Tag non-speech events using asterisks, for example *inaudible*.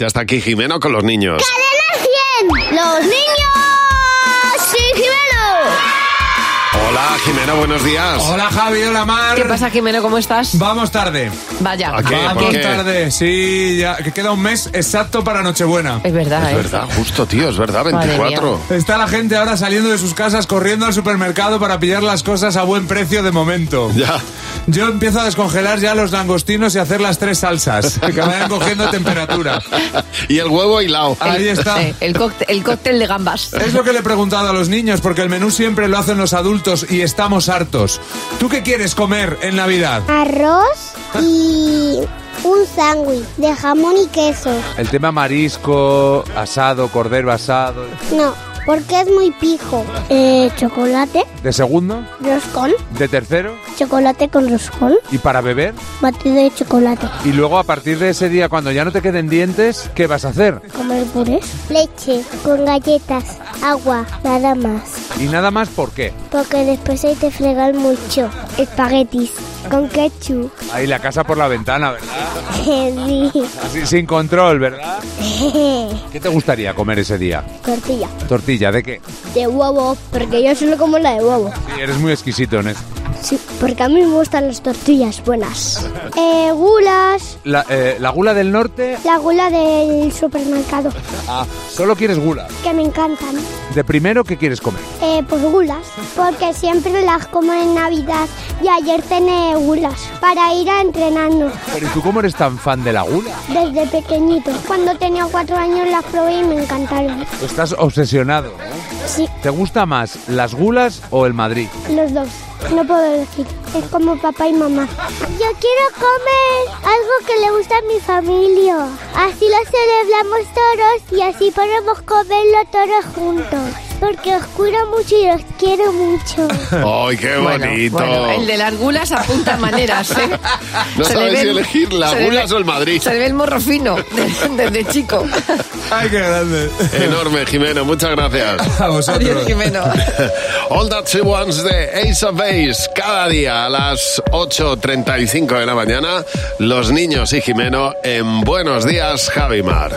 Ya está aquí Jimeno con los niños. ¡Cadena 100! ¡Los niños! ¡Sí, Hola Jimeno, buenos días. Hola Javi, hola Mar. ¿Qué pasa, Jimeno? ¿Cómo estás? Vamos tarde. Vaya. ¿A qué? Ah, ¿Por Vamos qué? tarde. Sí, ya que queda un mes exacto para Nochebuena. Es verdad, Es ¿eh? verdad, justo tío, es verdad, Madre 24. Está la gente ahora saliendo de sus casas corriendo al supermercado para pillar las cosas a buen precio de momento. Ya. Yo empiezo a descongelar ya los langostinos y a hacer las tres salsas *laughs* que vayan cogiendo temperatura. *laughs* y el huevo hilado. Ahí está. Eh, el, cóctel, el cóctel de gambas. Es lo que le he preguntado a los niños porque el menú siempre lo hacen los adultos y estamos hartos. ¿Tú qué quieres comer en Navidad? Arroz y un sándwich de jamón y queso. El tema marisco, asado, cordero asado. No, porque es muy pijo. Eh, chocolate, De segundo, roscón, de tercero chocolate con roscón, y para beber. batido de chocolate, Y luego a partir de ese día, cuando ya no te queden dientes, ¿qué vas a hacer? comer purés, leche con galletas, agua, nada más. Y nada más, ¿por qué? Porque después hay que fregar mucho. Espaguetis con ketchup. *laughs* Ahí la casa por la ventana, ¿verdad? Sí. Así, sin control, ¿verdad? ¿Qué te gustaría comer ese día? *laughs* Tortilla ¿Tortilla de qué? de huevo, porque yo solo como la de huevo. Sí, eres muy exquisito en esto. Sí, porque a mí me gustan las tortillas buenas. Eh, gulas. La, eh, la gula del norte, La gula del supermercado, ah, solo quieres gula. que me encantan. De primero, ¿qué quieres comer? Eh, pues gulas, porque siempre las como en Navidad y ayer tené gulas para ir a entrenarnos. Pero ¿y tú cómo eres tan fan de la gula? Desde pequeñito, cuando tenía cuatro años las probé y me encantaron. Estás obsesionado. ¿eh? Sí, ¿Te gusta más las gulas o el Madrid? los dos, no puedo elegir. Es como papá y mamá. Yo quiero comer algo que le gusta a mi familia. Así lo celebramos todos y así podemos comerlo todos juntos. Porque os cuido mucho y los quiero mucho. ¡Ay, qué Bueno, bonito! bueno, el de las gulas apunta maneras, ¿eh? *laughs* No Se le sabes ve si el- elegir las se le ve- gulas o el Madrid. Se le ve el morro fino *laughs* desde chico. Ay, qué grande. Enorme, Jimeno, muchas *laughs* gracias. A vosotros. Adiós, Jimeno. All That She Wants de Ace of Base. Cada día a las 8.35 de la mañana, los niños y Jimeno en Buenos Días, Javimar.